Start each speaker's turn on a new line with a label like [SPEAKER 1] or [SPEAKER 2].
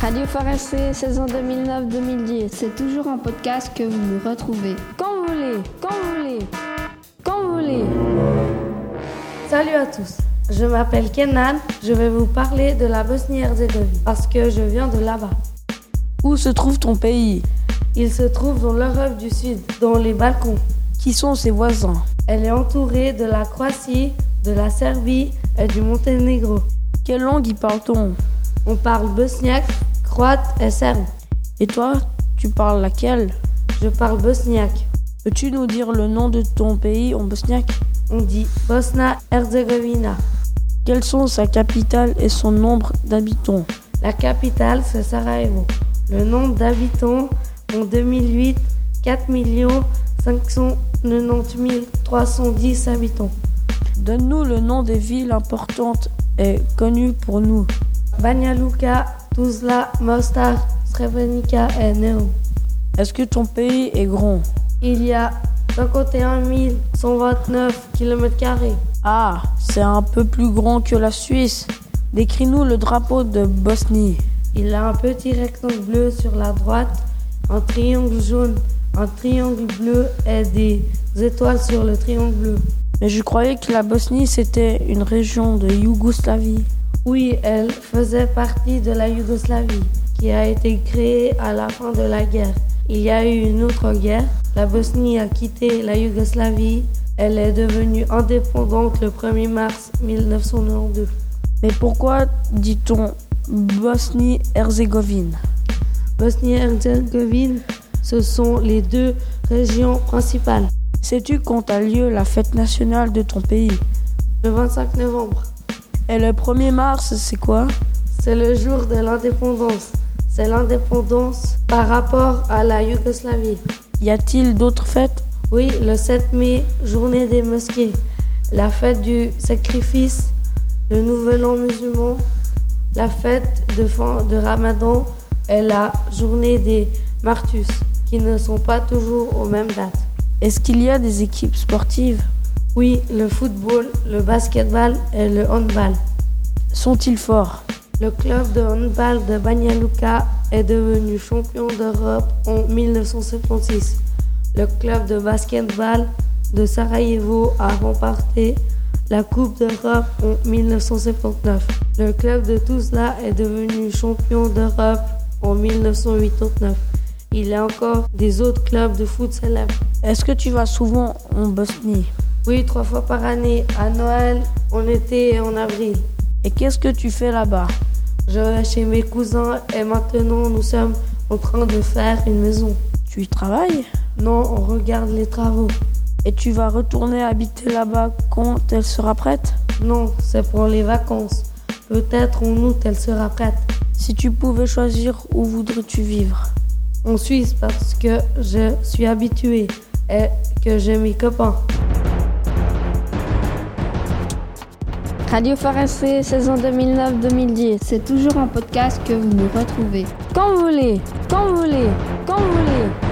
[SPEAKER 1] Radio Forestier, saison 2009-2010.
[SPEAKER 2] C'est toujours en podcast que vous nous retrouvez.
[SPEAKER 1] Quand vous voulez, quand vous voulez, quand vous voulez.
[SPEAKER 3] Salut à tous, je m'appelle Kenan, je vais vous parler de la Bosnie-Herzégovine parce que je viens de là-bas.
[SPEAKER 4] Où se trouve ton pays
[SPEAKER 3] Il se trouve dans l'Europe du Sud, dans les Balkans.
[SPEAKER 4] Qui sont ses voisins
[SPEAKER 3] Elle est entourée de la Croatie, de la Serbie et du Monténégro.
[SPEAKER 4] Quelle langue y parle-t-on
[SPEAKER 3] On parle bosniaque, croate et serbe.
[SPEAKER 4] Et toi, tu parles laquelle
[SPEAKER 3] Je parle bosniaque.
[SPEAKER 4] Peux-tu nous dire le nom de ton pays en bosniaque
[SPEAKER 3] On dit Bosna-Herzégovina.
[SPEAKER 4] Quelles sont sa capitale et son nombre d'habitants
[SPEAKER 3] La capitale, c'est Sarajevo. Le nombre d'habitants en 2008, 4 590 310 habitants.
[SPEAKER 4] Donne-nous le nom des villes importantes et connues pour nous.
[SPEAKER 3] Banja Luka, Tuzla, Mostar, Srebrenica et Neo.
[SPEAKER 4] Est-ce que ton pays est grand
[SPEAKER 3] Il y a 51 129 km.
[SPEAKER 4] Ah, c'est un peu plus grand que la Suisse. Décris-nous le drapeau de Bosnie.
[SPEAKER 3] Il a un petit rectangle bleu sur la droite, un triangle jaune, un triangle bleu et des étoiles sur le triangle bleu.
[SPEAKER 4] Mais je croyais que la Bosnie c'était une région de Yougoslavie.
[SPEAKER 3] Oui, elle faisait partie de la Yougoslavie, qui a été créée à la fin de la guerre. Il y a eu une autre guerre. La Bosnie a quitté la Yougoslavie. Elle est devenue indépendante le 1er mars 1992.
[SPEAKER 4] Mais pourquoi dit-on Bosnie-Herzégovine
[SPEAKER 3] Bosnie-Herzégovine, ce sont les deux régions principales.
[SPEAKER 4] Sais-tu quand a lieu la fête nationale de ton pays
[SPEAKER 3] Le 25 novembre,
[SPEAKER 4] Et le 1er mars, c'est quoi
[SPEAKER 3] c'est le jour de l'indépendance. C'est l'indépendance par rapport à la Yougoslavie.
[SPEAKER 4] Y a-t-il d'autres fêtes
[SPEAKER 3] Oui, le 7 mai, journée des mosquées, la fête du sacrifice, le nouvel an musulman, la fête de fin de Ramadan et la journée des martyrs, qui ne sont pas toujours aux mêmes dates.
[SPEAKER 4] Est-ce qu'il y a des équipes sportives
[SPEAKER 3] Oui, le football, le basketball et le handball.
[SPEAKER 4] Sont-ils forts
[SPEAKER 3] Le club de handball de Banja Luka est devenu champion d'Europe en 1976. Le club de basketball de Sarajevo a remporté la Coupe d'Europe en 1979. Le club de Tuzla est devenu champion d'Europe en 1989. Il y a encore des autres clubs de foot célèbres.
[SPEAKER 4] Est-ce que tu vas souvent en Bosnie
[SPEAKER 3] Oui, trois fois par année, à Noël, en été et en avril.
[SPEAKER 4] Et qu'est-ce que tu fais là-bas
[SPEAKER 3] Je vais chez mes cousins et maintenant nous sommes en train de faire une maison.
[SPEAKER 4] Tu y travailles
[SPEAKER 3] Non, on regarde les travaux.
[SPEAKER 4] Et tu vas retourner habiter là-bas quand elle sera prête
[SPEAKER 3] Non, c'est pour les vacances. Peut-être en août elle sera prête.
[SPEAKER 4] Si tu pouvais choisir où voudrais-tu vivre
[SPEAKER 3] En Suisse parce que je suis habituée et que j'ai mes copains.
[SPEAKER 1] Radio Forestier, saison 2009-2010.
[SPEAKER 2] C'est toujours en podcast que vous nous retrouvez.
[SPEAKER 1] Quand vous voulez, quand vous voulez, quand vous voulez.